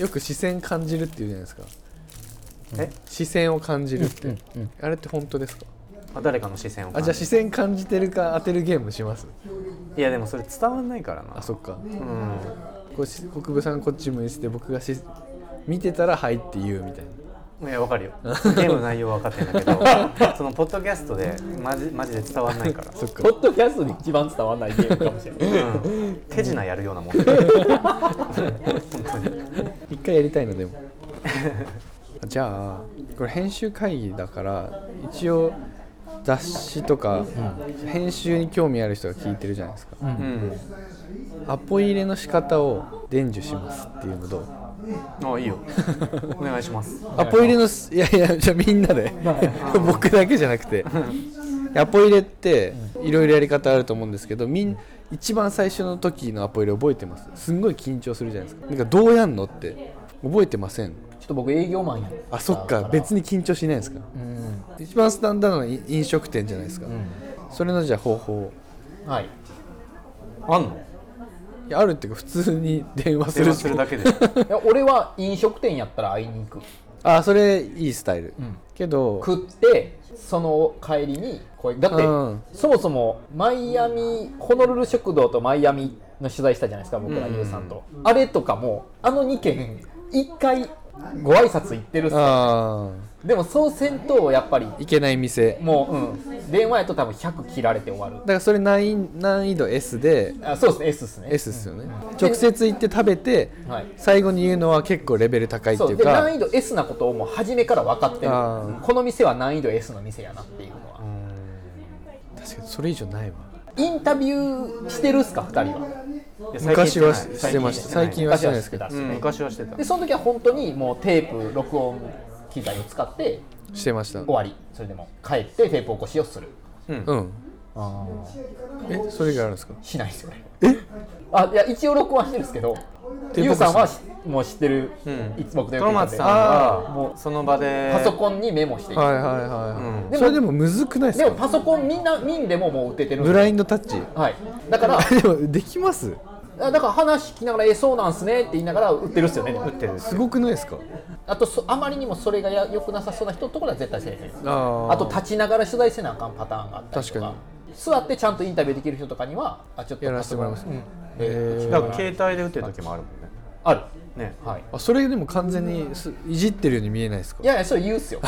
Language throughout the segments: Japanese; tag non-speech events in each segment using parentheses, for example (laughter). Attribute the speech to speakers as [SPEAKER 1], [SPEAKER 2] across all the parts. [SPEAKER 1] よく視線感じるっていうじゃないですか
[SPEAKER 2] え
[SPEAKER 1] 視線を感じるって、
[SPEAKER 2] うんうん
[SPEAKER 1] あれって本当ですか
[SPEAKER 2] あ誰かの視線を
[SPEAKER 1] あ
[SPEAKER 2] 感
[SPEAKER 1] じゃあ
[SPEAKER 2] じ
[SPEAKER 1] 視線感じてるか当てるゲームします
[SPEAKER 2] いやでもそれ伝わんないからな
[SPEAKER 1] あそっか
[SPEAKER 2] うん
[SPEAKER 1] こうし国分さんこっち向いてて僕がし見てたら「はい」って言うみたいない
[SPEAKER 2] やわかるよゲームの内容は分かってんだけどそのポッドキャストでマジマジで伝わんないから、
[SPEAKER 1] そっ
[SPEAKER 3] ポ
[SPEAKER 1] か
[SPEAKER 3] ッドキャストに一番伝わらないゲームかもしれない
[SPEAKER 2] うん、手品やるようなもん本当に
[SPEAKER 1] 一回やりたいのでも (laughs) じゃあこれ編集会議だから一応雑誌とか、編集に興味ある人が聞いてるじゃないですか、
[SPEAKER 2] うん
[SPEAKER 1] アポ入れの仕方を伝授しますっていうのどう
[SPEAKER 2] あいいよお願いします
[SPEAKER 1] アポ入れのす (laughs) いやいやじゃあみんなで僕だけじゃなく
[SPEAKER 2] (laughs)
[SPEAKER 1] てアポ入れっていろいろやり方あると思うんですけどみん一番最初の時のアポ入れ覚えてますすんごい緊張するじゃないですかなんかどうやんのって覚えてません
[SPEAKER 3] ちょっと僕営業マンや
[SPEAKER 1] あそっか別に緊張しないですか
[SPEAKER 3] うん
[SPEAKER 1] 一番スタンダードな飲飲食店じゃないですかそれのじゃあ方法
[SPEAKER 3] はい
[SPEAKER 2] あんの
[SPEAKER 1] いやあるっていうか普通に電話す
[SPEAKER 2] 電
[SPEAKER 1] る
[SPEAKER 2] 話
[SPEAKER 1] し
[SPEAKER 2] す
[SPEAKER 1] か
[SPEAKER 2] るだけで
[SPEAKER 3] いや (laughs) 俺は飲食店やったら会いに行く
[SPEAKER 1] あそれいいスタイル
[SPEAKER 3] ん
[SPEAKER 1] けど
[SPEAKER 3] 食ってその帰りに声だって、
[SPEAKER 1] うん
[SPEAKER 3] そもそもマイアミホノルル食堂とマイアミの取材したじゃないですか僕ら
[SPEAKER 2] うん
[SPEAKER 3] ゆうさんと、あれとかもあの2軒1回ご挨拶行ってるっすよ
[SPEAKER 1] あ
[SPEAKER 3] でもそうせんとやっぱり
[SPEAKER 1] あいけない店
[SPEAKER 3] もう、うん、電話やと多分100切られて終わる
[SPEAKER 1] だからそれ難易難易度 S で
[SPEAKER 3] あそうですね S ですね
[SPEAKER 1] S っすよね、直接行って食べて
[SPEAKER 3] はい
[SPEAKER 1] 最後に言うのは結構レベル高いって
[SPEAKER 3] そ
[SPEAKER 1] いうう
[SPEAKER 3] で
[SPEAKER 1] か
[SPEAKER 3] 難易度 S なことをもう初めから分かって
[SPEAKER 1] あー
[SPEAKER 3] るこの店は難易度 S の店やなっていうのは
[SPEAKER 1] 確かにそれ以上ないわ
[SPEAKER 3] インタビューしてるっすか2人はい
[SPEAKER 2] や最
[SPEAKER 1] 昔
[SPEAKER 2] 近
[SPEAKER 1] は
[SPEAKER 2] してない
[SPEAKER 1] してました最近
[SPEAKER 3] 最近
[SPEAKER 1] は
[SPEAKER 3] は
[SPEAKER 1] し
[SPEAKER 3] してて
[SPEAKER 1] な
[SPEAKER 3] ない
[SPEAKER 1] いですけど
[SPEAKER 3] 昔はし
[SPEAKER 2] うん昔はして
[SPEAKER 3] てた
[SPEAKER 2] た
[SPEAKER 3] でその時は本当にもうテープ録音機材を使って
[SPEAKER 1] してました
[SPEAKER 3] 終わりそれでも帰ってテープ起こしをする
[SPEAKER 1] うん
[SPEAKER 3] あ
[SPEAKER 1] えそれ以外あるんですか
[SPEAKER 3] しないですよねえあいや一応録音はしてるんですけど
[SPEAKER 1] テープ起こし
[SPEAKER 3] ゆうさんはしもう知ってる、
[SPEAKER 2] ん
[SPEAKER 3] いつ僕の
[SPEAKER 2] トロマ
[SPEAKER 3] ん
[SPEAKER 2] ツ
[SPEAKER 3] で
[SPEAKER 2] さん
[SPEAKER 3] パ
[SPEAKER 2] はもうその場で
[SPEAKER 3] ソコンにメモしていく、
[SPEAKER 1] はいはいはい、
[SPEAKER 2] うん
[SPEAKER 1] でもそれでもむずくないで
[SPEAKER 3] ですも
[SPEAKER 1] か
[SPEAKER 3] パソコンみんなみんでももう打ててるん
[SPEAKER 1] ブ
[SPEAKER 3] で
[SPEAKER 1] ラインドタッチ (laughs)
[SPEAKER 3] はいだから
[SPEAKER 1] あでもできます
[SPEAKER 3] だから話聞きながら「えそうなんすね」って言いながら打ってるっすよねでも
[SPEAKER 2] 打ってるんです
[SPEAKER 1] すごくないですか
[SPEAKER 3] あとそあまりにもそれがや良くなさそうな人のところは絶対せえへん
[SPEAKER 1] あー
[SPEAKER 3] あと立ちながら取材せなあかんパターンがあったりとか
[SPEAKER 1] 確か
[SPEAKER 3] 座ってちゃんとインタビューできる人とかにはあちょっと
[SPEAKER 1] やらせてもらいます
[SPEAKER 3] うん
[SPEAKER 1] え
[SPEAKER 2] だから携帯で打ってる時もあるもんね
[SPEAKER 3] ある
[SPEAKER 2] ね
[SPEAKER 3] はい
[SPEAKER 1] あそれでも完全にすいじってるように見えないですか
[SPEAKER 3] いやいやそれ言うっ
[SPEAKER 1] (laughs)
[SPEAKER 3] すよ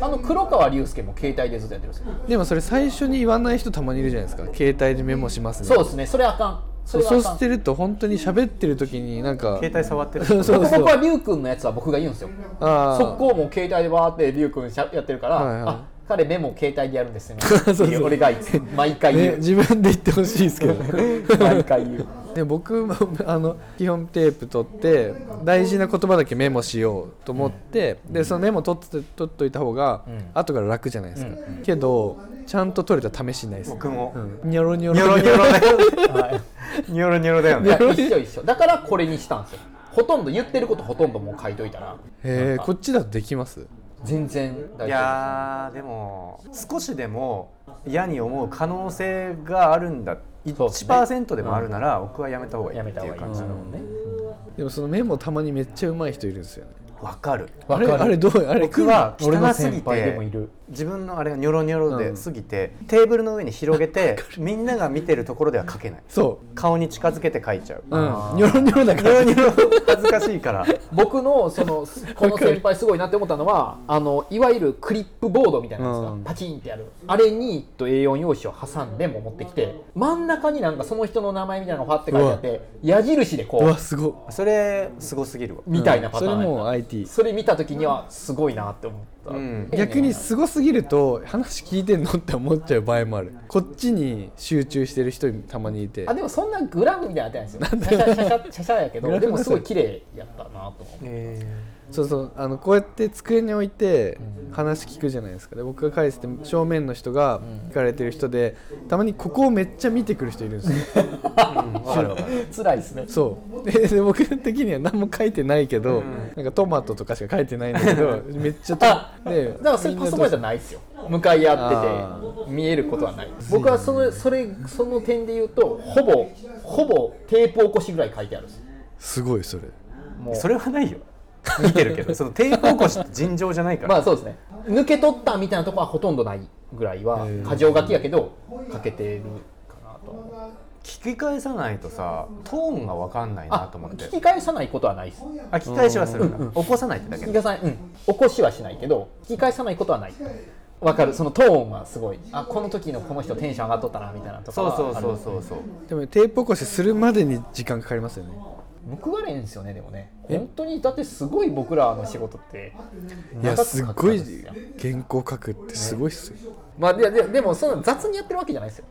[SPEAKER 3] あの黒川龍介も携帯でずっとやってるんですよ
[SPEAKER 1] でもそれ最初に言わない人たまにいるじゃないですか携帯でメモしますね
[SPEAKER 3] そうですねそれあかんそれは
[SPEAKER 1] そう
[SPEAKER 3] あか
[SPEAKER 1] し
[SPEAKER 3] ん
[SPEAKER 1] てると本当に喋ってる時になんか
[SPEAKER 2] 携帯触ってる
[SPEAKER 1] そうそう
[SPEAKER 3] 僕は龍君のやつは僕が言うんですよ
[SPEAKER 1] (laughs) あ
[SPEAKER 3] 速攻もう携帯でわーって龍君しゃやってるから、
[SPEAKER 1] はいはい
[SPEAKER 3] あ彼メモ携帯でやるんですよね
[SPEAKER 1] (laughs) そうそう
[SPEAKER 3] っていう俺がいつ毎回言
[SPEAKER 1] ね、
[SPEAKER 3] う、
[SPEAKER 1] 自分で言ってほしいですけど
[SPEAKER 3] 毎回
[SPEAKER 1] (laughs)
[SPEAKER 3] 言う
[SPEAKER 1] で僕もあの基本テープ取って大事な言葉だけメモしようと思って、でそのメモ取って取っといた方が、
[SPEAKER 3] ん
[SPEAKER 1] 後から楽じゃないですか、けどちゃんと取れた試しないです、
[SPEAKER 2] 僕も
[SPEAKER 1] うん、ニョロニョロ
[SPEAKER 2] ニョロニョロだよニョロニョロだよ
[SPEAKER 3] い
[SPEAKER 2] ね
[SPEAKER 3] や一緒一緒だからこれにしたんですよほとんど言ってることほとんどもう書いといたら
[SPEAKER 1] へえこっちだとできます
[SPEAKER 3] 全然大
[SPEAKER 2] い
[SPEAKER 3] 丈
[SPEAKER 2] やーでも少しでも嫌に思う可能性があるんだ
[SPEAKER 3] そうですね
[SPEAKER 2] 1%でもあるなら僕はやめた方が
[SPEAKER 3] 夫
[SPEAKER 2] いい
[SPEAKER 3] や
[SPEAKER 2] っ
[SPEAKER 3] め
[SPEAKER 2] て
[SPEAKER 3] た
[SPEAKER 2] い
[SPEAKER 3] 方
[SPEAKER 2] う
[SPEAKER 3] がい
[SPEAKER 2] 感
[SPEAKER 3] いで
[SPEAKER 2] じ
[SPEAKER 3] す
[SPEAKER 2] な
[SPEAKER 3] よ
[SPEAKER 2] の
[SPEAKER 3] ね
[SPEAKER 1] でもそのメモたまにめっちゃうまい人いるんですよね
[SPEAKER 2] わかる
[SPEAKER 1] あれ
[SPEAKER 3] わか
[SPEAKER 1] あ
[SPEAKER 3] る
[SPEAKER 1] れどうあれ
[SPEAKER 2] 僕は
[SPEAKER 3] 俺
[SPEAKER 2] 汚
[SPEAKER 3] の
[SPEAKER 2] すぎ
[SPEAKER 3] 先輩でもい
[SPEAKER 2] て
[SPEAKER 3] る
[SPEAKER 2] 自分のあれがニョロニョロ
[SPEAKER 1] う
[SPEAKER 2] で
[SPEAKER 1] ん
[SPEAKER 2] 過ぎて、テーブルの上に広げ
[SPEAKER 3] (laughs)
[SPEAKER 2] てみんなが見てるところでは書けない
[SPEAKER 1] そ
[SPEAKER 2] 顔に近づけて書いちゃう、
[SPEAKER 1] う、うん、ニョロニョロだか
[SPEAKER 2] ニョ
[SPEAKER 1] ら
[SPEAKER 2] ロニョロ恥ずかしいから
[SPEAKER 3] 僕のそのこの先輩すごいなって思ったのはあのいわゆるクリップボードみたいなやつ
[SPEAKER 1] うん
[SPEAKER 3] がパチンってやるあれにと A4 用紙を挟んでも持ってきて真ん中になんかその人の名前みたいなのがファって書いてあって矢印で
[SPEAKER 1] う
[SPEAKER 3] こ
[SPEAKER 1] わすごっ
[SPEAKER 2] それすごすぎるわ
[SPEAKER 3] うみたいなパターン
[SPEAKER 1] それ
[SPEAKER 3] や
[SPEAKER 1] もう
[SPEAKER 3] っ
[SPEAKER 1] IT
[SPEAKER 3] たそれ見た時にはすごいなって思った、
[SPEAKER 2] うん
[SPEAKER 1] 逆にすごすぎると話聞いてんのって思っちゃう場合もあるこっちに集中してる人たまにいて
[SPEAKER 3] あでもそんなグラフみたいなのやってないんですよ。シャシャシャシャシャシャやけ
[SPEAKER 1] グラフ
[SPEAKER 3] ど、で
[SPEAKER 1] な
[SPEAKER 3] も
[SPEAKER 1] さい
[SPEAKER 3] すごい綺麗やったなと思う。
[SPEAKER 2] え
[SPEAKER 1] そうそうあのこうやって机に置いて話聞くじゃないですかで僕が返して正面の人が聞かれてる人でたまにここをめっちゃ見てくる人いるんです
[SPEAKER 3] (laughs)
[SPEAKER 1] よ
[SPEAKER 2] ー、わかるわかる
[SPEAKER 3] 辛いですね。
[SPEAKER 1] そうでで僕的には何も書いてないけど、なんかトマトとかしか書いてないんだけどめっちゃ
[SPEAKER 3] あ
[SPEAKER 1] とで
[SPEAKER 3] だからそれパソコンじゃないですよ。向かい
[SPEAKER 1] あ
[SPEAKER 3] 合ってて見えることはない。僕はそのそれその点で言うと、ほぼほぼテープ起こしぐらい書いてあるんですよ。
[SPEAKER 1] すごいそれ
[SPEAKER 3] もう
[SPEAKER 2] それはないよ見てる
[SPEAKER 3] (laughs)
[SPEAKER 2] けどその抵抗起こしって尋常じゃないから、
[SPEAKER 3] まあそうですね抜け取ったみたいなとこはほとんどないぐらいは
[SPEAKER 1] へー
[SPEAKER 3] 過剰書きやけど欠けてるかなとは思う
[SPEAKER 2] 聞き返さないとさトーンが分かんないな
[SPEAKER 3] あ
[SPEAKER 2] と思って
[SPEAKER 3] 聞き返さないことはないです
[SPEAKER 2] あ聞き返しはするんだ、起こさないってだけ
[SPEAKER 3] 聞き返さない、うん、起こしはしないけど聞き返さないことはないわかるそのトーンはすごいあこの時のこの人テンション上がっとったなみたいなとか
[SPEAKER 2] そう
[SPEAKER 3] は
[SPEAKER 2] そう
[SPEAKER 3] ある
[SPEAKER 2] そうそうそう
[SPEAKER 1] でもテープ起こしするまでに時間かかりますよね
[SPEAKER 3] 報われんですよねでもね本当にだってすごい僕らの仕事って
[SPEAKER 1] いや
[SPEAKER 3] 長
[SPEAKER 1] す
[SPEAKER 3] く
[SPEAKER 1] っ
[SPEAKER 3] かか
[SPEAKER 1] ご
[SPEAKER 3] るん
[SPEAKER 1] い
[SPEAKER 3] ですよ
[SPEAKER 1] 原稿書くってすごいっすよ、
[SPEAKER 3] まあでででもそんな雑にやってるわけじゃないですよ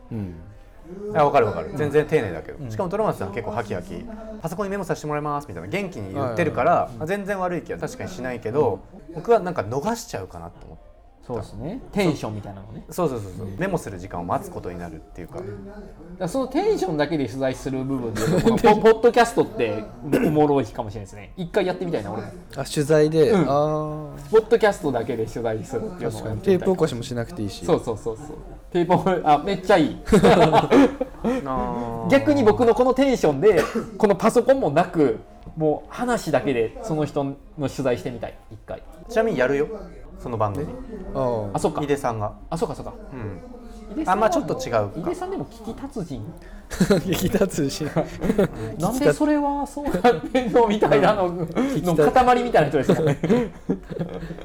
[SPEAKER 1] うん、
[SPEAKER 2] あ分かる分かる全然丁寧だけど、しかもトラマスさん結構ハキハキパソコンにメモさせてもらいますみたいな元気に言ってるから、あ全然悪い気は確かにしないけど、僕はなんか逃しちゃうかなと思って
[SPEAKER 3] そうですねテンションみたいなのね
[SPEAKER 2] そうそうそうそう、メモする時間を待つことになるっていうか
[SPEAKER 3] だからそのテンションだけで取材する部分で (laughs) このポポッドキャストっておもろいかもしれないですね一回やってみたいな俺も
[SPEAKER 1] あ取材で、
[SPEAKER 3] うん
[SPEAKER 1] あ
[SPEAKER 3] ポッドキャストだけで取材するってい
[SPEAKER 1] あ
[SPEAKER 3] う
[SPEAKER 1] 確
[SPEAKER 3] のを
[SPEAKER 1] か
[SPEAKER 3] やっ
[SPEAKER 1] に
[SPEAKER 3] て
[SPEAKER 1] テ
[SPEAKER 3] み
[SPEAKER 1] ー
[SPEAKER 3] た
[SPEAKER 1] プ
[SPEAKER 3] い
[SPEAKER 1] 起こしもしなくていいし
[SPEAKER 3] そうそうそうそうテープをあめっちゃ (laughs) いい逆に僕のこのテンションでこのパソコンもなくもう話だけでその人の取材してみたい一回
[SPEAKER 2] ちなみにやるよその番組
[SPEAKER 1] あ
[SPEAKER 3] あそっか
[SPEAKER 2] 井出さんが、
[SPEAKER 3] あそうかそうか
[SPEAKER 2] うん、あ
[SPEAKER 3] 井出さ
[SPEAKER 2] ん
[SPEAKER 3] ん
[SPEAKER 2] ま
[SPEAKER 3] は
[SPEAKER 2] あちょっと違うか
[SPEAKER 3] 井出さんでも聞き達人
[SPEAKER 1] あ激立つ (laughs) し
[SPEAKER 3] なんでそれはそうなってんのみたいなのの塊みたいな人ですからね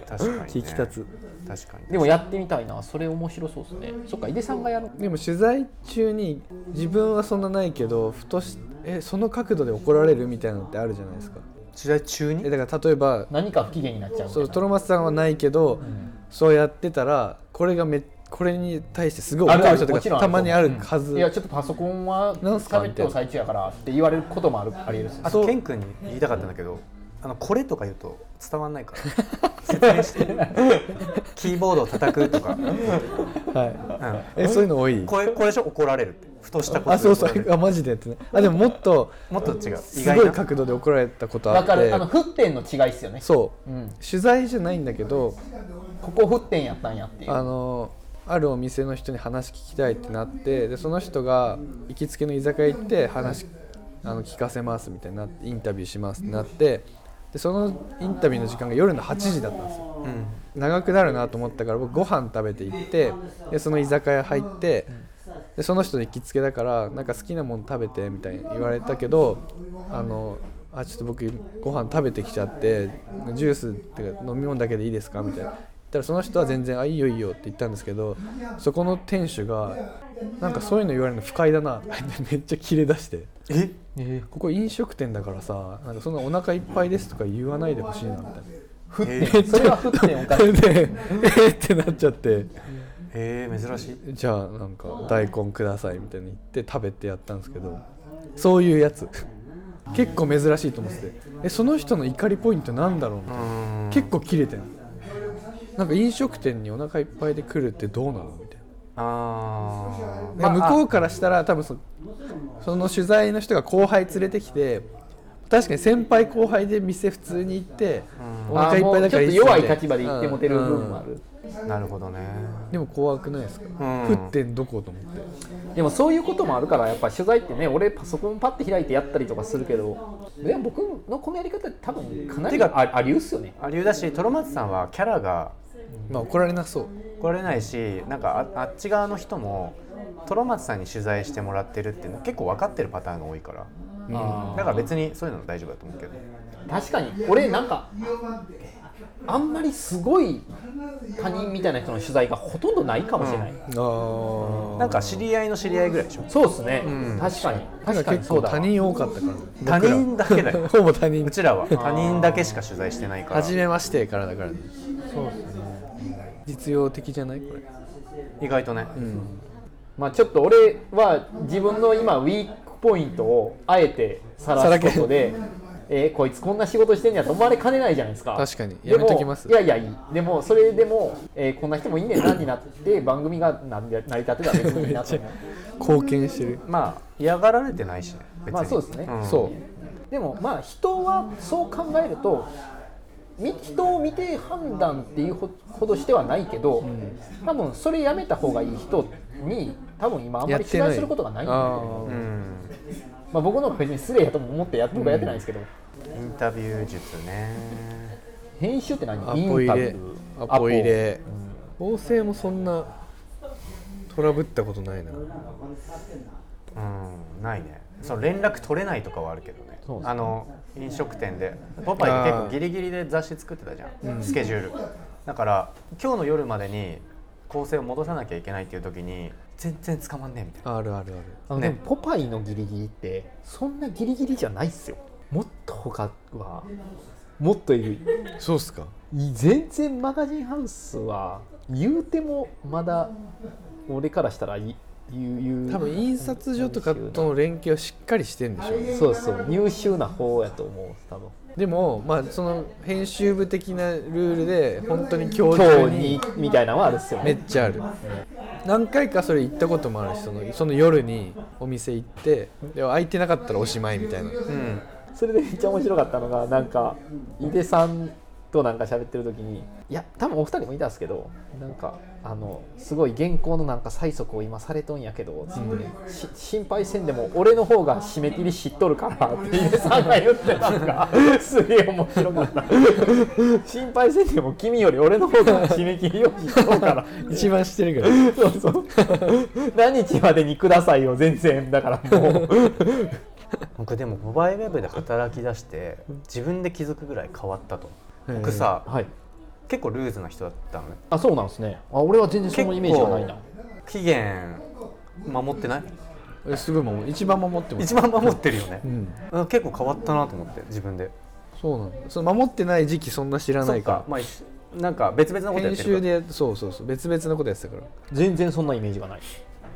[SPEAKER 2] 確かに、ね、
[SPEAKER 1] 激立
[SPEAKER 2] 確かに
[SPEAKER 3] でもやってみたいな、それ面白そうですね。そっか、井出さんがやる。
[SPEAKER 1] でも取材中に自分はそんなないけどふとしえその角度で怒られるみたいなのってあるじゃないですか
[SPEAKER 2] 取材中
[SPEAKER 1] え
[SPEAKER 2] に
[SPEAKER 1] だから例えば
[SPEAKER 3] 何か不機嫌になっちゃうみた
[SPEAKER 1] そ
[SPEAKER 3] いうな。
[SPEAKER 1] トロマスさんはないけど、そうやってたらこれがめこれに対してすごい
[SPEAKER 3] ある
[SPEAKER 1] 怒
[SPEAKER 3] あ
[SPEAKER 1] る人
[SPEAKER 3] る
[SPEAKER 1] と
[SPEAKER 3] も
[SPEAKER 1] か
[SPEAKER 3] ちろんある
[SPEAKER 1] たまにあるはず、
[SPEAKER 3] いや、ちょっとパソコンは
[SPEAKER 1] なんすか
[SPEAKER 3] 喋ってる最中やからって言われることもある、ありえるし。
[SPEAKER 2] あ
[SPEAKER 1] そ
[SPEAKER 2] と
[SPEAKER 1] う
[SPEAKER 2] ケン君に言いたかったんだけどあのこれとか言うと伝わんないから
[SPEAKER 1] (laughs)
[SPEAKER 2] 説明してキーボードを叩くとか、
[SPEAKER 1] は
[SPEAKER 2] うん
[SPEAKER 1] い、えそういうの多い
[SPEAKER 2] これこれでしょ怒られるってふとしたこと
[SPEAKER 1] あそうそ
[SPEAKER 2] で怒られ
[SPEAKER 1] う
[SPEAKER 2] る
[SPEAKER 1] あマジでやってねあでももっと
[SPEAKER 2] もっと違う意
[SPEAKER 1] す
[SPEAKER 2] 外
[SPEAKER 1] ごい
[SPEAKER 2] な
[SPEAKER 1] 角度で怒られたことあ
[SPEAKER 3] わ
[SPEAKER 1] って
[SPEAKER 3] かる。あの、沸点の違いっすよね。
[SPEAKER 1] そう、
[SPEAKER 3] うん
[SPEAKER 1] 取材じゃないんだけど
[SPEAKER 3] ここ沸点やったんやっていう。
[SPEAKER 1] あのあるお店の人に話聞きたいってなってでその人が行きつけの居酒屋行って話あの聞かせますみたいになってインタビューしますってなってでそのインタビューの時間が夜の8時だったんですよ
[SPEAKER 2] うん
[SPEAKER 1] 長くなるなと思ったから僕ご飯食べて行ってでその居酒屋入ってでその人の行きつけだからなんか好きなもの食べてみたいに言われたけどあのあちょっと僕ご飯食べてきちゃってジュースっていうか飲み物だけでいいですかみたいな言ったらその人は全然「あいいよいいよ」って言ったんですけどそこの店主が「なんかそういうの言われるの不快だな」ってめっちゃキレ出して
[SPEAKER 2] え
[SPEAKER 1] 「ここ飲食店だからさなんかそんなお腹いっぱいです」とか言わないでほしいなみたいな。
[SPEAKER 3] 沸
[SPEAKER 2] え
[SPEAKER 3] 点。それは沸点おかしい。
[SPEAKER 1] でえっってなっちゃって
[SPEAKER 2] えー、珍しい
[SPEAKER 1] じゃあなんか大根くださいみたいに言って食べてやったんですけどそういうやつ結構珍しいと思っててえその人の怒りポイントなんだろうみたいな
[SPEAKER 2] うん
[SPEAKER 1] 結構切れてんのなんか飲食店にお腹いっぱいで来るってどうなのみたい
[SPEAKER 2] あー
[SPEAKER 1] な、向こう
[SPEAKER 2] あ
[SPEAKER 1] からしたら多分そその取材の人が後輩連れてきて確かに先輩後輩で店普通に行ってお
[SPEAKER 3] あ
[SPEAKER 1] 腹いっ
[SPEAKER 3] も
[SPEAKER 1] ぱいだ
[SPEAKER 3] うち
[SPEAKER 1] か
[SPEAKER 3] ょ
[SPEAKER 1] ら
[SPEAKER 3] っと
[SPEAKER 1] つま
[SPEAKER 3] 弱い
[SPEAKER 1] で
[SPEAKER 3] 立場で言ってもてる部分もあ
[SPEAKER 1] うん
[SPEAKER 3] る。
[SPEAKER 2] なるほどね
[SPEAKER 1] でも怖くないですか
[SPEAKER 2] ん
[SPEAKER 1] 沸点どこと思って
[SPEAKER 3] でもそういうこともあるからやっぱ取材ってね俺パソコンパッて開いてやったりとかするけどでも僕のこのやり方って多分かなりあありうっすよね
[SPEAKER 2] あ理由だしトロマツさんはキャラが
[SPEAKER 1] まあ怒られなそう
[SPEAKER 2] 来れないしなんかああっち側の人もトロマツさんに取材してもらってるっていうの結構分かってるパターンが多いから
[SPEAKER 3] あ
[SPEAKER 2] だから別にそういうのは大丈夫だと思うけど
[SPEAKER 3] 確かに俺なんかあんまりすごい他人みたいな人の取材がほとんどないかもしれない、
[SPEAKER 1] ああ
[SPEAKER 2] なんか知り合いの知り合いぐらいでしょ
[SPEAKER 3] そうですね、
[SPEAKER 2] ん
[SPEAKER 3] 確かに
[SPEAKER 1] なんか
[SPEAKER 3] 確かに
[SPEAKER 1] 結
[SPEAKER 3] そ
[SPEAKER 1] 構
[SPEAKER 3] うだわ
[SPEAKER 1] 他人多かったから僕ら
[SPEAKER 2] 他人だけだよ
[SPEAKER 1] ほぼ他人
[SPEAKER 2] うちらは他人だけしか取材してないから
[SPEAKER 1] 初めましてからだからね実用的じゃないこれ
[SPEAKER 2] 意外とね、
[SPEAKER 3] まあちょっと俺は自分の今ウィークポイントをあえてさらすことで、えーこいつこんな仕事してんやと思われかねないじゃないですか
[SPEAKER 1] 確かに
[SPEAKER 3] でも
[SPEAKER 1] やめときます
[SPEAKER 3] いやいやいいでもそれでも、えーこんな人もいいねんなになって番組がなんで成り立てたら別にいいなと
[SPEAKER 1] (laughs)
[SPEAKER 3] 思
[SPEAKER 1] 貢献してる
[SPEAKER 2] まあ嫌がられてないしね別
[SPEAKER 3] う
[SPEAKER 2] に
[SPEAKER 3] まあそうですね、
[SPEAKER 2] ん
[SPEAKER 1] そう
[SPEAKER 3] でもまあ人はそう考えるとみ人を見て判断っていうほほどしてはないけど、多分それやめた方がいい人に多分今あんまり取材することがないんだよね
[SPEAKER 1] あー
[SPEAKER 2] うん
[SPEAKER 3] ままあ、僕の方が別に失礼やとも思ってやってるかやってないんですけど、
[SPEAKER 2] インタビュー術ね
[SPEAKER 3] 編集って何
[SPEAKER 1] ア
[SPEAKER 3] イ
[SPEAKER 1] ポ
[SPEAKER 3] ン
[SPEAKER 1] 入
[SPEAKER 3] タビュ
[SPEAKER 1] れ
[SPEAKER 3] ー
[SPEAKER 1] アポ入れ縫製もそんなトラブったことないな
[SPEAKER 2] うんないねその連絡取れないとかはあるけどね
[SPEAKER 3] そうですね
[SPEAKER 2] あの飲食店でポパイって結構ギリギリで雑誌作ってたじゃん、スケジュールだから今日の夜までに構成を戻さなきゃいけないっていう時に全然捕まんねえみたいな
[SPEAKER 1] あるあるある
[SPEAKER 3] あの
[SPEAKER 2] ね
[SPEAKER 3] でもポパイのギリギリってそんなギリギリじゃないっすよもっと他はもっといる
[SPEAKER 1] そうっすか
[SPEAKER 3] い全然マガジンハウスは言うてもまだ俺からしたらい言う言う
[SPEAKER 1] 多分印刷所とかとの連携はしっかりしてんでしょうね
[SPEAKER 3] そうそう優秀な方やと思う多分
[SPEAKER 1] でもまあその編集部的なルールで本当に今日中
[SPEAKER 3] 今日
[SPEAKER 1] に
[SPEAKER 3] にみたいなのはあるっすよ
[SPEAKER 1] め
[SPEAKER 3] ね
[SPEAKER 1] っちゃある何回かそれ行ったこともあるしそのその夜にお店行ってで空いてなかったらおしまいみたいな
[SPEAKER 2] うん
[SPEAKER 3] それでめっちゃ面白かったのがなんか井出さんとなんか喋ってる時にいや多分お二人もいたんですけどなんかあのすごい原稿のなんか催促を今されとんやけど、つってし心配せんでも俺の方が締め切り知っとるからって井出さんが言ってなん (laughs) かすげえ面白かった心配せんでも君より俺の方が締め切りを知っとる (laughs) から
[SPEAKER 1] 一番してるから
[SPEAKER 3] そうそう何日までにくださいよ全然だからもう
[SPEAKER 2] 僕でもモバイルウェブで働き出して自分で気づくぐらい変わったと僕さ
[SPEAKER 3] (laughs) はい
[SPEAKER 2] 結構ルーズな人だったのね
[SPEAKER 3] あそうなんですねあ俺は全然そのイメージがないな
[SPEAKER 2] 期限守ってない
[SPEAKER 1] えすごい守る一番守ってます
[SPEAKER 2] 一番守ってるよね
[SPEAKER 1] う、ん
[SPEAKER 2] あ結構変わったなと思って自分で
[SPEAKER 1] そうなんだその守ってない時期そんな知らな
[SPEAKER 2] そ
[SPEAKER 1] いうか
[SPEAKER 2] か、まあ、一緒なんか別々の
[SPEAKER 1] ら
[SPEAKER 2] こと
[SPEAKER 1] 編
[SPEAKER 2] やってるから
[SPEAKER 1] 集でやそうそうそう別々のことやってたから
[SPEAKER 3] 全然そんなイメージがない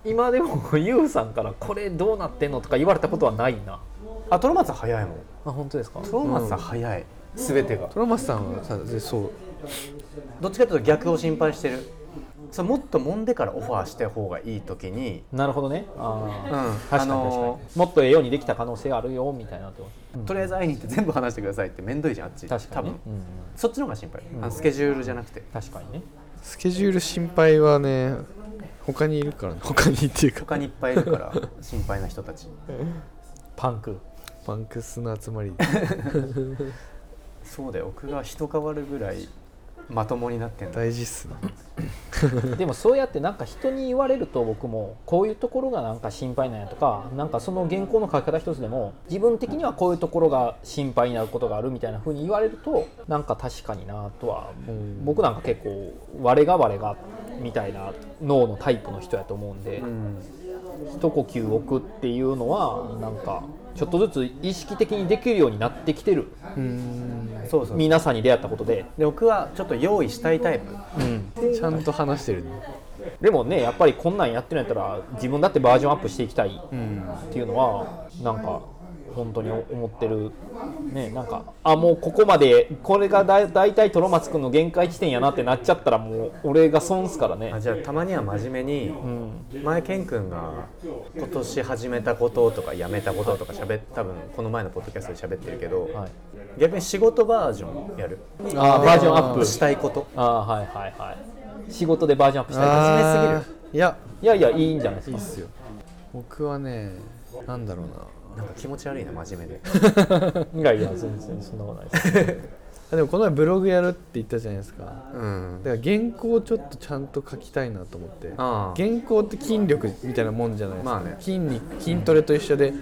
[SPEAKER 3] 今でもユウさんから「これどうなってんの?」とか言われたことはないな
[SPEAKER 2] あトロマツさん早いもん
[SPEAKER 3] あ本当ですか
[SPEAKER 2] トロマツさん早い、全てが
[SPEAKER 1] トラマスさんはさでそう
[SPEAKER 2] どっちかというと逆を心配してるそれもっと揉んでからオファーした方がいい時に、
[SPEAKER 3] なるほどね
[SPEAKER 2] うん、
[SPEAKER 3] あ
[SPEAKER 2] あ
[SPEAKER 3] ー確かに確かに、
[SPEAKER 2] の
[SPEAKER 3] もっとええようにできた可能性があるよみたいなってこ
[SPEAKER 2] とりあえず会いに行って全部話してくださいって面倒いじゃんあっち
[SPEAKER 3] と確かに、ね
[SPEAKER 2] 多分、
[SPEAKER 3] うんうん、
[SPEAKER 2] そっちの方が心配、あのスケジュールじゃなくて
[SPEAKER 3] 確かにね
[SPEAKER 1] スケジュール心配はね他にいるからね他にっていうか
[SPEAKER 2] 他にいっぱいいるから (laughs) 心配な人たち
[SPEAKER 3] パンク
[SPEAKER 1] パンクスの集まり
[SPEAKER 2] そうだよ僕が人変わるぐらいまともになってんだ
[SPEAKER 1] 大事っすね
[SPEAKER 3] (laughs) でもそうやってなんか人に言われると僕もこういうところがなんか心配なんやとかなんかその原稿の書き方一つでも自分的にはこういうところが心配になることがあるみたいな風に言われるとなんか確かになとは
[SPEAKER 1] ん
[SPEAKER 3] 僕なんか結構我が我がみたいな脳のタイプの人やと思うんで
[SPEAKER 2] うん
[SPEAKER 3] 一呼吸置くっていうのはなんかちょっとずつ意識的にできるようになってきてる
[SPEAKER 1] うん
[SPEAKER 2] そうそう
[SPEAKER 3] 皆さんに出会ったことで。
[SPEAKER 2] で僕はちょっと用意したいタイプ
[SPEAKER 3] うん
[SPEAKER 1] ちゃんと話してるね
[SPEAKER 3] でもねやっぱりこんなんやってるんやったら自分だってバージョンアップしていきたい
[SPEAKER 1] うん
[SPEAKER 3] っていうのはなんか本当に思ってるねなんかあもうここまでこれがだ大体トロマツくんの限界地点やなってなっちゃったらもう俺が損すから
[SPEAKER 2] あ
[SPEAKER 3] ね
[SPEAKER 2] じゃあたまには真面目に、
[SPEAKER 3] うん
[SPEAKER 2] 前ケン君が今年始めたこととか辞めたこととか喋っ多分この前のポッドキャストで喋ってるけど、
[SPEAKER 3] はい
[SPEAKER 2] 逆に仕事バージョンやる
[SPEAKER 3] あーバージョンアップ
[SPEAKER 2] したいこと
[SPEAKER 3] ああはいはいはい仕事でバージョンアップしたいです
[SPEAKER 2] 真面目
[SPEAKER 1] あ
[SPEAKER 2] す
[SPEAKER 1] ーいや
[SPEAKER 3] いやいやいいんじゃないです
[SPEAKER 1] いい
[SPEAKER 3] か
[SPEAKER 1] っすよ僕はねなんだろうな
[SPEAKER 2] なんか気持ち悪いな真面目で
[SPEAKER 3] いやいや (laughs) 全然そんなことないです
[SPEAKER 1] あでもこの前ブログやるって言ったじゃないですか
[SPEAKER 2] うん
[SPEAKER 1] だから原稿をちょっとちゃんと書きたいなと思って
[SPEAKER 2] ああ
[SPEAKER 1] 原稿って筋力みたいなもんじゃないですか、
[SPEAKER 2] まあね
[SPEAKER 1] 筋肉筋トレと一緒で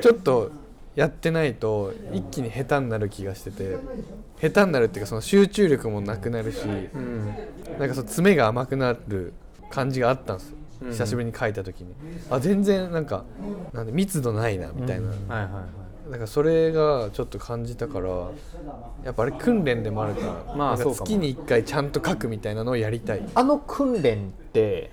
[SPEAKER 1] ちょっとやってないと一気に下手になる気がしてて下手になるっていうかその集中力もなくなるし、
[SPEAKER 2] うん
[SPEAKER 1] なんかその爪が甘くなる感じがあったんですよ、
[SPEAKER 2] うん
[SPEAKER 1] 久しぶりに書いた時にあ全然なんかなんで密度ないなみたいな、
[SPEAKER 2] はいはいはい
[SPEAKER 1] なんかそれがちょっと感じたからやっぱあれ訓練でもあるから,、
[SPEAKER 2] まあ
[SPEAKER 1] なんか
[SPEAKER 2] そうかも
[SPEAKER 1] 月に1回ちゃんと書くみたいなのをやりたい
[SPEAKER 3] あの訓練って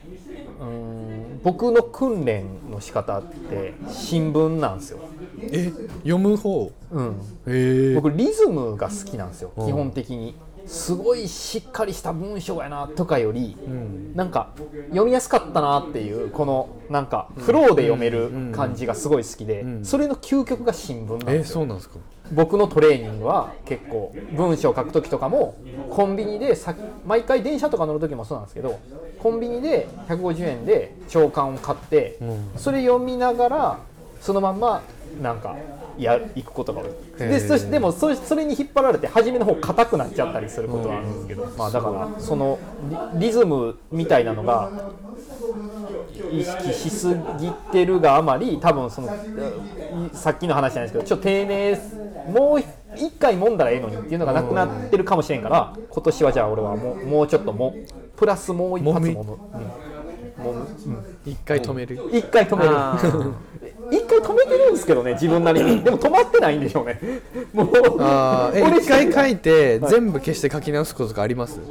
[SPEAKER 3] うーん僕の訓練の仕方って新聞なんですよ、
[SPEAKER 1] え読む方
[SPEAKER 3] うん、
[SPEAKER 1] へえ
[SPEAKER 3] 僕リズムが好きなんですよ
[SPEAKER 1] うん
[SPEAKER 3] 基本的にすごいしっかりした文章やなとかより、
[SPEAKER 1] ん
[SPEAKER 3] なんか読みやすかったなっていうこのなんかフローで読める感じがすごい好きで、
[SPEAKER 1] ん
[SPEAKER 3] それの究極が新聞なん
[SPEAKER 1] え
[SPEAKER 3] ですよ
[SPEAKER 1] そうなんですか
[SPEAKER 3] 僕のトレーニングは結構文章を書く時とかもコンビニでさ毎回電車とか乗る時もそうなんですけどコンビニで150円で朝刊を買って、それ読みながらそのまんまなんかや行くことが多い
[SPEAKER 1] へ
[SPEAKER 3] で
[SPEAKER 1] ー
[SPEAKER 3] そしでもそそれに引っ張られて初めの方硬くなっちゃったりすることはあるんですけど、まあ、だからそのリリズムみたいなのが意識しすぎてるがあまり多分そのいさっきの話じゃないですけどちょっと丁寧もう一回揉んだらええのにっていうのがなくなってるかもしれんから今年はじゃあ俺はもうもうちょっともプラスもう一発
[SPEAKER 1] 揉み
[SPEAKER 3] 揉む。うん揉むうん
[SPEAKER 1] 一回止める、
[SPEAKER 3] 一回止め
[SPEAKER 2] あー
[SPEAKER 3] る一回止めてるんですけどね自分なりにでも止まってないんでしょうねもう
[SPEAKER 1] ああえ
[SPEAKER 3] 俺
[SPEAKER 1] 一回書いて
[SPEAKER 3] はい
[SPEAKER 1] 全部消して書き直すこととかあります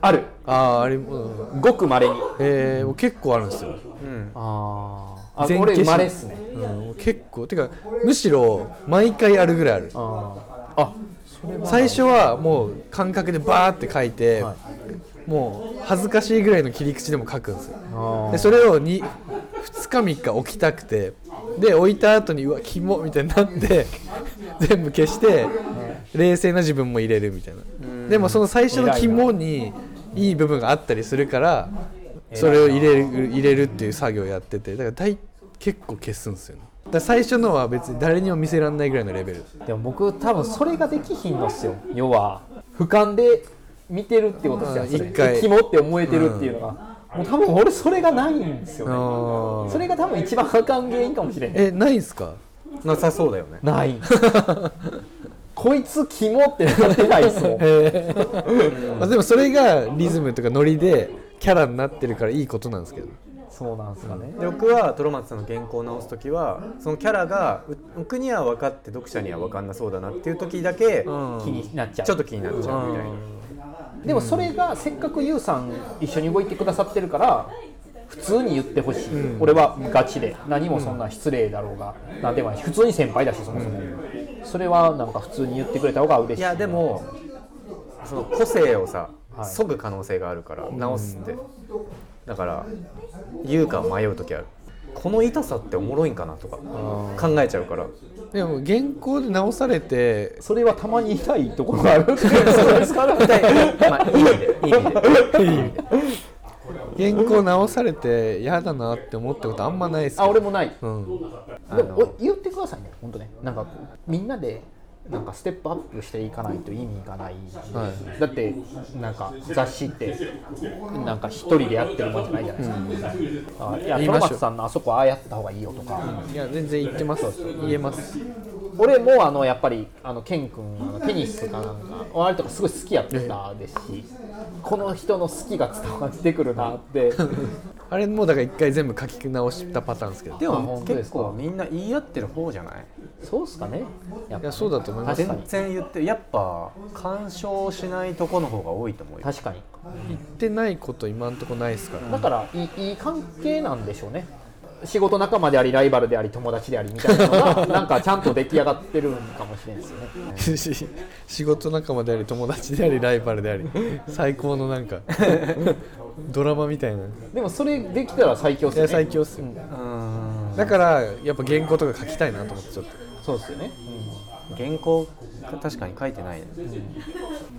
[SPEAKER 3] ある
[SPEAKER 1] ああーあれうん
[SPEAKER 3] ごくまれに
[SPEAKER 1] えー、結構あるんですよ、
[SPEAKER 3] ああ
[SPEAKER 1] 全
[SPEAKER 3] 俺
[SPEAKER 1] 消し
[SPEAKER 3] まれっすね
[SPEAKER 1] うん、結構てかむしろ毎回あるぐらいある
[SPEAKER 3] あーあ
[SPEAKER 1] 最初はもう感覚でバーって書いて、
[SPEAKER 3] は
[SPEAKER 1] もう恥ずかしいぐらいの切り口でも書くんですよ
[SPEAKER 3] あ
[SPEAKER 1] でそれを 2, 日3日置きたくてで置いた後にうわキモみたいになって全部消して冷静な自分も入れるみたいなでもその最初のキモにいい部分があったりするからそれを入れる入れるっていう作業をやっててだから大結構消すんですよねだから最初のは別に誰にも見せられないぐらいのレベル
[SPEAKER 3] でも僕多分それができひんのっすよ要は俯瞰で見てるってことですよ
[SPEAKER 1] うん一回
[SPEAKER 3] キモって思えてるっていうのが、もう多分俺それがないんですよね
[SPEAKER 1] あ
[SPEAKER 3] それが多分一番あかん原因かもしれ
[SPEAKER 1] (laughs)
[SPEAKER 3] ない
[SPEAKER 1] えないんすか
[SPEAKER 2] なさそうだよね
[SPEAKER 3] ないこいつキモってなってないっす
[SPEAKER 1] (laughs)
[SPEAKER 3] もん
[SPEAKER 1] まあ、でもそれがリズムとかノリでキャラになってるからいいことなんですけど
[SPEAKER 3] そうなんですかね。
[SPEAKER 2] で僕はトロマツさんの原稿を直す時はそのキャラがう僕には分かって読者には分かんなそうだなっていう時だけちょ
[SPEAKER 3] 気になっちゃう。
[SPEAKER 2] っと気になっちゃうみたいな
[SPEAKER 3] でもそれがせっかくユウさん一緒に動いてくださってるから。普通に言ってほしい、俺はガチで何もそんな失礼だろうが、なんでもないし普通に先輩だしそもそも、それはなんか普通に言ってくれた方が嬉しい
[SPEAKER 2] いやでもその個性をさ
[SPEAKER 3] はい
[SPEAKER 2] 削ぐ可能性があるから直すってだから優香を迷う時あるこの痛さっておもろいんかなとか考えちゃうから
[SPEAKER 1] でも原稿で直されて
[SPEAKER 3] それはたまに痛いところがある (laughs) そうですから
[SPEAKER 2] 痛いまあいい意味でいい意味で
[SPEAKER 3] (laughs)
[SPEAKER 1] 原稿直されて嫌だなって思ったことあんまないですけ
[SPEAKER 3] あ
[SPEAKER 1] ど
[SPEAKER 3] 俺もない
[SPEAKER 1] うん、
[SPEAKER 3] でもお言ってくださいね本当ねなんかみんなでなんかステップアップしていかないと意味がない、
[SPEAKER 1] は
[SPEAKER 3] だってなんか雑誌ってなんか一人でやってるもんじゃないじゃないですか、あいや
[SPEAKER 1] 言い
[SPEAKER 3] ト
[SPEAKER 1] ま
[SPEAKER 3] ロ
[SPEAKER 1] しょう
[SPEAKER 3] マツさんのあそこああやった方がいいよとか、
[SPEAKER 1] いや全然言ってます言えます
[SPEAKER 3] 俺もあのやっぱりあのケン君あのテニスかなんかあれとかすごい好きやったですしこの人の好きが伝わってくるなって
[SPEAKER 1] あれもうだから一回全部書き直したパ (laughs) ターンですけど
[SPEAKER 2] で
[SPEAKER 3] あ
[SPEAKER 2] も
[SPEAKER 3] 本当で
[SPEAKER 2] 結
[SPEAKER 3] すか
[SPEAKER 2] 構みんな言い合ってる方じゃない
[SPEAKER 3] そうっすかねやっ
[SPEAKER 1] い
[SPEAKER 3] ぱ
[SPEAKER 1] やそうだと思います
[SPEAKER 3] 確か
[SPEAKER 2] 全
[SPEAKER 3] に
[SPEAKER 2] 然言ってやっぱ干渉しないとこの方が多いと思うよ
[SPEAKER 3] 確かに
[SPEAKER 1] 言ってないこと今んとこないですから、 (laughs)
[SPEAKER 3] だからいいいい関係なんでしょうね仕事仲間でありライバルであり友達でありみたいなの
[SPEAKER 1] (laughs)
[SPEAKER 3] がなんかちゃんと出来上がってるんかもしれないですよね
[SPEAKER 1] 仕事仲間であり友達でありライバルであり最高のなんかドラマみたいな
[SPEAKER 3] でもそれできたら最強っすよ
[SPEAKER 1] いや
[SPEAKER 3] ね
[SPEAKER 1] 最強っすよ
[SPEAKER 3] うん
[SPEAKER 2] うん
[SPEAKER 1] だからやっぱ原稿とか書きたいなと思ってちょっと
[SPEAKER 3] そうっすよね、
[SPEAKER 2] 原稿確かに書いてないね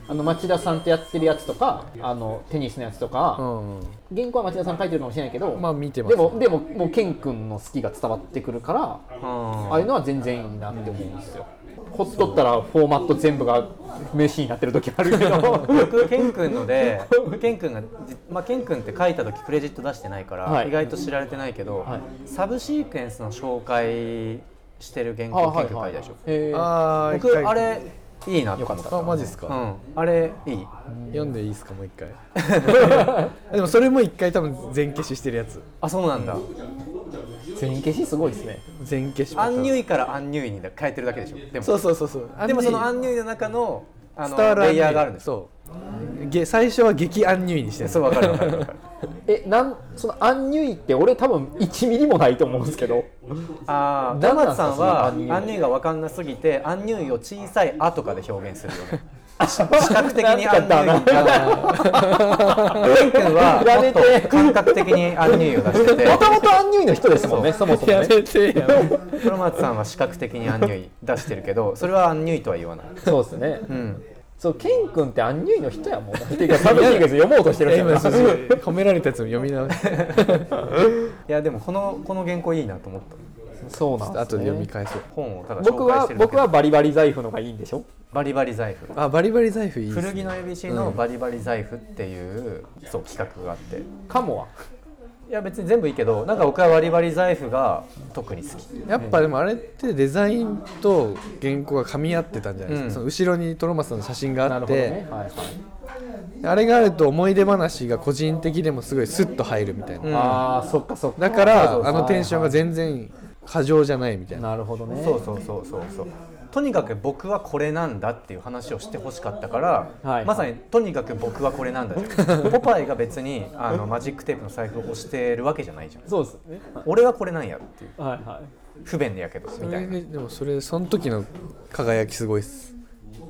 [SPEAKER 3] あの町田さんとやってるやつとかあのテニスのやつとか、
[SPEAKER 1] うん、
[SPEAKER 3] 原稿は町田さん書いてるかもしれないけど、
[SPEAKER 1] まあ見てます
[SPEAKER 3] でもでももうケン君の好きが伝わってくるから
[SPEAKER 2] あ
[SPEAKER 3] ああいうのは全然いいなって思うんですよ、ほっとったらフォーマット全部が飯になってる時あ
[SPEAKER 1] (laughs)
[SPEAKER 3] るけど
[SPEAKER 2] 僕ケン君のでケン君が、じまあ、ケン君って書いた時クレジット出してないから、
[SPEAKER 3] はい
[SPEAKER 2] 意外と知られてないけど、
[SPEAKER 3] はい
[SPEAKER 2] サブシークエンスの紹介してる原
[SPEAKER 3] あ
[SPEAKER 2] 稿
[SPEAKER 3] は
[SPEAKER 2] ケン
[SPEAKER 3] い
[SPEAKER 2] 君書
[SPEAKER 3] (laughs) はいい
[SPEAKER 2] たでしょ、
[SPEAKER 3] へー
[SPEAKER 1] あー一回
[SPEAKER 2] 僕あれいいなと思った
[SPEAKER 1] あマジっすか、
[SPEAKER 2] うん、あれいい
[SPEAKER 1] 読んでいいですかもう一回 (laughs) でもそれも一回多分全消ししてるやつ
[SPEAKER 2] あそうなんだ、
[SPEAKER 3] 全消しすごいですね
[SPEAKER 1] 全消し
[SPEAKER 2] アンニュ
[SPEAKER 1] イ
[SPEAKER 2] イからアンニュイに変えてるだけでしょでも
[SPEAKER 1] そうそうそうそう
[SPEAKER 2] でもそのア
[SPEAKER 1] アンニ
[SPEAKER 2] ンニュイの中のあ
[SPEAKER 1] ュイ
[SPEAKER 2] の
[SPEAKER 1] 伝わるアンニュ
[SPEAKER 2] レイヤーがあるんですよ
[SPEAKER 1] そうげ最初は激アンニュイにしてる
[SPEAKER 2] そうわかるわかるわかる
[SPEAKER 3] えなんそのアンニュイって俺多分1ミリもないと思うんですけど
[SPEAKER 2] ああ
[SPEAKER 3] ダ
[SPEAKER 2] ダ
[SPEAKER 3] メなん
[SPEAKER 2] マ
[SPEAKER 3] ですか
[SPEAKER 2] さんはア
[SPEAKER 3] そのアンニュイ
[SPEAKER 2] ンニュイがわかんなすぎてアンニュイを小さい「あ」とかで表
[SPEAKER 3] (laughs)
[SPEAKER 2] 現するよね視覚的にアンニュイ
[SPEAKER 3] なん
[SPEAKER 2] に
[SPEAKER 3] かだな
[SPEAKER 2] ケン君は
[SPEAKER 3] や
[SPEAKER 2] も
[SPEAKER 3] め
[SPEAKER 2] ってと感覚的にアンニュイを出してて
[SPEAKER 3] もともとアンニュイの人ですもんねそもそも
[SPEAKER 1] や
[SPEAKER 3] ね
[SPEAKER 1] め
[SPEAKER 2] (laughs)
[SPEAKER 1] てやめて
[SPEAKER 2] 黒松さんは視覚的にアンニュイ出してるけどそれはアンニュイとは言わない、
[SPEAKER 3] そうですね
[SPEAKER 2] うん、
[SPEAKER 3] そうケン君ってアンニュイの人やもんっていうかサブシークエンス読もうとしてる
[SPEAKER 1] え
[SPEAKER 3] んで
[SPEAKER 1] 今
[SPEAKER 3] す
[SPEAKER 1] そう
[SPEAKER 3] よ
[SPEAKER 1] そう
[SPEAKER 2] (laughs)
[SPEAKER 1] 褒められたやつも読み直して
[SPEAKER 2] いやでもこのこの原稿いいなと思った
[SPEAKER 3] そう
[SPEAKER 1] ちょ
[SPEAKER 3] な
[SPEAKER 1] っ
[SPEAKER 3] ん
[SPEAKER 1] と後で
[SPEAKER 3] ですね
[SPEAKER 1] 読み返そう
[SPEAKER 2] 本をただ
[SPEAKER 3] 僕
[SPEAKER 2] 紹介し
[SPEAKER 3] は
[SPEAKER 2] てるだけ
[SPEAKER 3] 僕はバリバリ財布のがいいんでしょ
[SPEAKER 2] バリバリ財布
[SPEAKER 1] あバリバリ財布いいです、ね、
[SPEAKER 2] 古着の ABC のバリバリ財布っていうそう企画があってい
[SPEAKER 3] カモは
[SPEAKER 2] や別に全部いいけどなんか僕はバリバリ財布が特に好き
[SPEAKER 1] やっぱでもあれってデザインと原稿が噛み合ってたんじゃないですか、
[SPEAKER 2] うん
[SPEAKER 1] その後ろにトロマスの写真があって、
[SPEAKER 3] はいはい
[SPEAKER 1] あれがあると思い出話が個人的でもすごいスッと入るみたいな、
[SPEAKER 2] うん
[SPEAKER 3] ああそっかそっか
[SPEAKER 1] だか
[SPEAKER 3] そうそう
[SPEAKER 1] ら
[SPEAKER 3] そう
[SPEAKER 1] あのテンションが全然過剰じゃないみたいな
[SPEAKER 3] なるほどね
[SPEAKER 2] そうそうそうそうそうとにかく僕はこれなんだっていう話をしてほしかったから、
[SPEAKER 3] はい
[SPEAKER 2] まさにとにかく僕はこれなんだポパイが別にあのマジックテープの財布を押してるわけじゃないじゃん
[SPEAKER 3] そうですね
[SPEAKER 2] 俺はこれなんやっていう
[SPEAKER 3] はいは
[SPEAKER 2] 不便やけどみた
[SPEAKER 1] それ
[SPEAKER 2] いな
[SPEAKER 1] ででもそれその時の輝きすごいっす
[SPEAKER 3] い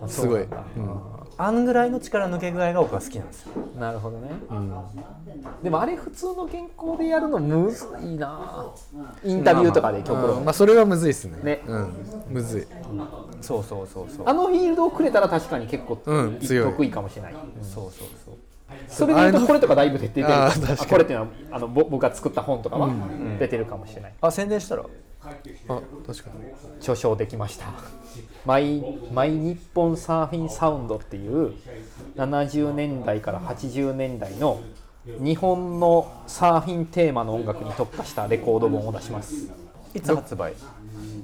[SPEAKER 1] すごい、
[SPEAKER 3] そうなんだ
[SPEAKER 2] あんぐらいの力抜け具合が僕は好きなんですよ
[SPEAKER 3] なるほどね
[SPEAKER 1] うん
[SPEAKER 3] でもあれ普通の原稿でやるのむずいなインタビューとかで極
[SPEAKER 1] うん
[SPEAKER 3] 論
[SPEAKER 1] まあそれはむずいっすね
[SPEAKER 3] ね
[SPEAKER 1] うんむずい
[SPEAKER 2] そうそうそうそう
[SPEAKER 3] あのフィールドをくれたら確かに結構
[SPEAKER 1] うん強い
[SPEAKER 3] 得意かもしれない
[SPEAKER 2] そうそうそう
[SPEAKER 3] それで言うとこれとかだいぶ出てる
[SPEAKER 1] あ
[SPEAKER 3] あ
[SPEAKER 1] ー確かに
[SPEAKER 3] これっていうのはあのぼ僕が作った本とかは出てるかもしれない
[SPEAKER 2] あ宣伝したら
[SPEAKER 1] あ確かに
[SPEAKER 3] 著書できました「マイマイ日本サーフィンサウンド」っていう70年代から80年代の日本のサーフィンテーマの音楽に特化したレコード本を出します
[SPEAKER 2] いつ発売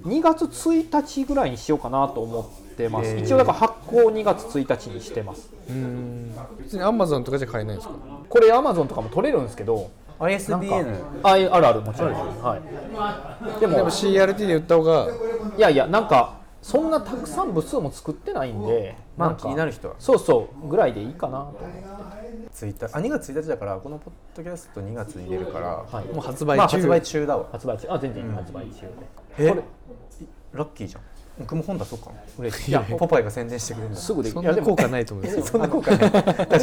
[SPEAKER 3] 2月1日ぐらいにしようかなと思ってます
[SPEAKER 2] へー
[SPEAKER 3] 一応だから発行2月1日にしてます
[SPEAKER 1] うん別にアマゾンとかじゃ買えないんですか
[SPEAKER 3] これ Amazon とかも取れるんですけどなんか
[SPEAKER 2] ISBN
[SPEAKER 3] ああるあるもちろんはいで
[SPEAKER 1] で
[SPEAKER 3] も
[SPEAKER 1] も CRT で売った方が
[SPEAKER 3] いやいやなんかそんなたくさん部数も作ってないんで
[SPEAKER 2] まあ
[SPEAKER 3] んか
[SPEAKER 2] 気になる人は
[SPEAKER 3] そうそうぐらいでいいかなと
[SPEAKER 2] ツイッターあ2月1日だからこのポッドキャスト2月に出るから、
[SPEAKER 3] はい
[SPEAKER 1] もう発
[SPEAKER 2] ま
[SPEAKER 1] 売
[SPEAKER 2] あ
[SPEAKER 1] 中、
[SPEAKER 2] 発売中だわ
[SPEAKER 3] 発売中あ全然発売中で、
[SPEAKER 2] え
[SPEAKER 3] これ
[SPEAKER 2] ラッキーじゃん僕も本出そうかな
[SPEAKER 3] 嬉しいいや
[SPEAKER 2] ポパイが宣伝してくれるんだ
[SPEAKER 3] すぐでき
[SPEAKER 1] そ
[SPEAKER 3] る
[SPEAKER 1] ん
[SPEAKER 3] いや
[SPEAKER 1] な
[SPEAKER 3] で
[SPEAKER 1] 効
[SPEAKER 3] も (laughs)
[SPEAKER 1] 果ないと思うんですよ
[SPEAKER 2] そんな効果ない確か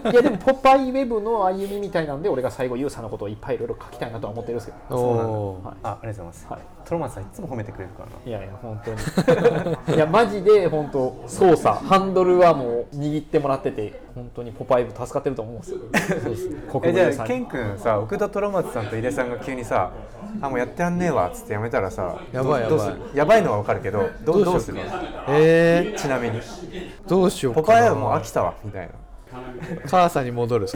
[SPEAKER 2] に
[SPEAKER 3] いやでもポパイウェブの歩みみたいなんで俺が最後ユウさんのことをいっぱいいろいろ書きたいなとは思ってるんですけど
[SPEAKER 1] おー
[SPEAKER 3] はい
[SPEAKER 2] あありがとうございます、
[SPEAKER 3] はい
[SPEAKER 2] トロマンさんいつも褒めてくれるからない
[SPEAKER 3] やいや本当にいやマジで本当操作ハンドルはもう握ってもらってて本当にポパイウェブ助かってると思うんで
[SPEAKER 2] (laughs)
[SPEAKER 3] すよそうです国
[SPEAKER 2] え
[SPEAKER 3] 分
[SPEAKER 2] じ
[SPEAKER 3] さ
[SPEAKER 2] ゃあ
[SPEAKER 3] ん
[SPEAKER 2] ケン
[SPEAKER 3] に
[SPEAKER 2] 君さ奥田トロマツさんと井出さんが急にさ「あもうやってやんねえわ」っつってやめたらさ
[SPEAKER 1] やばいやばい
[SPEAKER 2] どどうするやばいのはわかるけどどうどうする
[SPEAKER 1] え
[SPEAKER 2] ちなみに
[SPEAKER 1] ー、どうしよ
[SPEAKER 2] 「
[SPEAKER 1] うか
[SPEAKER 2] ポ
[SPEAKER 1] な
[SPEAKER 2] パイはもう飽きたわ」みたいな
[SPEAKER 1] 母さんに戻る